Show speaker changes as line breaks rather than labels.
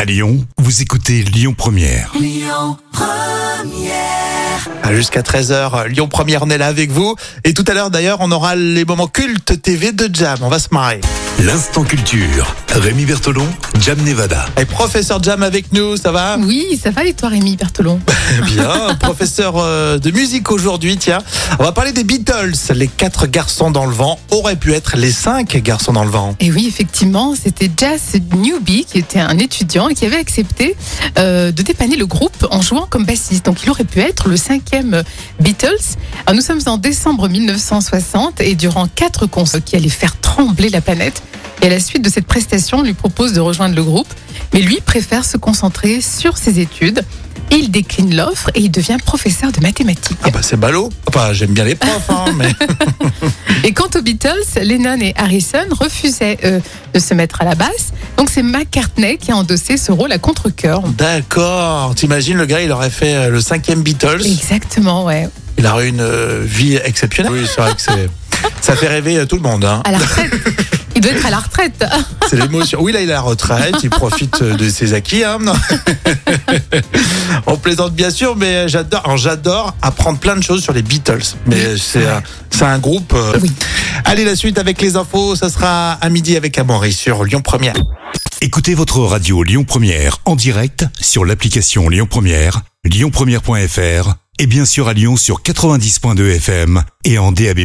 À Lyon, vous écoutez Lyon Première.
Ah, Jusqu'à 13h, Lyon Première, on est là avec vous. Et tout à l'heure d'ailleurs, on aura les moments cultes TV de Jam, on va se marrer.
L'instant culture. Rémi Bertolon, Jam Nevada.
Et professeur Jam avec nous, ça va
Oui, ça va et toi Rémi Bertolon
Eh Bien, professeur euh, de musique aujourd'hui, tiens. On va parler des Beatles, les quatre garçons dans le vent auraient pu être les cinq garçons dans le vent.
Et oui, effectivement, c'était Jazz Newby qui était un étudiant et qui avait accepté euh, de dépanner le groupe en jouant comme bassiste. Donc il aurait pu être le cinquième Beatles. Alors, nous sommes en décembre 1960 et durant quatre concerts qui allaient faire trembler la planète. Et à la suite de cette prestation, on lui propose de rejoindre le groupe, mais lui préfère se concentrer sur ses études. Et il décline l'offre et il devient professeur de mathématiques.
Ah bah c'est ballot. Enfin, j'aime bien les profs, hein, mais
Et quant aux Beatles, Lennon et Harrison refusaient euh, de se mettre à la basse. Donc c'est McCartney qui a endossé ce rôle à contre-cœur.
d'accord. T'imagines, le gars, il aurait fait euh, le cinquième Beatles.
Exactement, ouais.
Il aurait eu une euh, vie exceptionnelle. Oui, c'est vrai que c'est... Ça fait rêver euh, tout le monde, hein.
À la retraite. Il doit être à la retraite.
C'est l'émotion. Oui, là, il est à la retraite, il profite euh, de ses acquis. hein. Non. On plaisante bien sûr, mais euh, j'adore, alors, j'adore apprendre plein de choses sur les Beatles. Mais euh, c'est un, c'est un groupe. euh.
Oui.
Allez, la suite avec les infos, ça sera à midi avec Amaury sur Lyon Première.
Écoutez votre radio Lyon Première en direct sur l'application Lyon Première, lyonpremière.fr et bien sûr à Lyon sur 90.2 FM et en DAB+.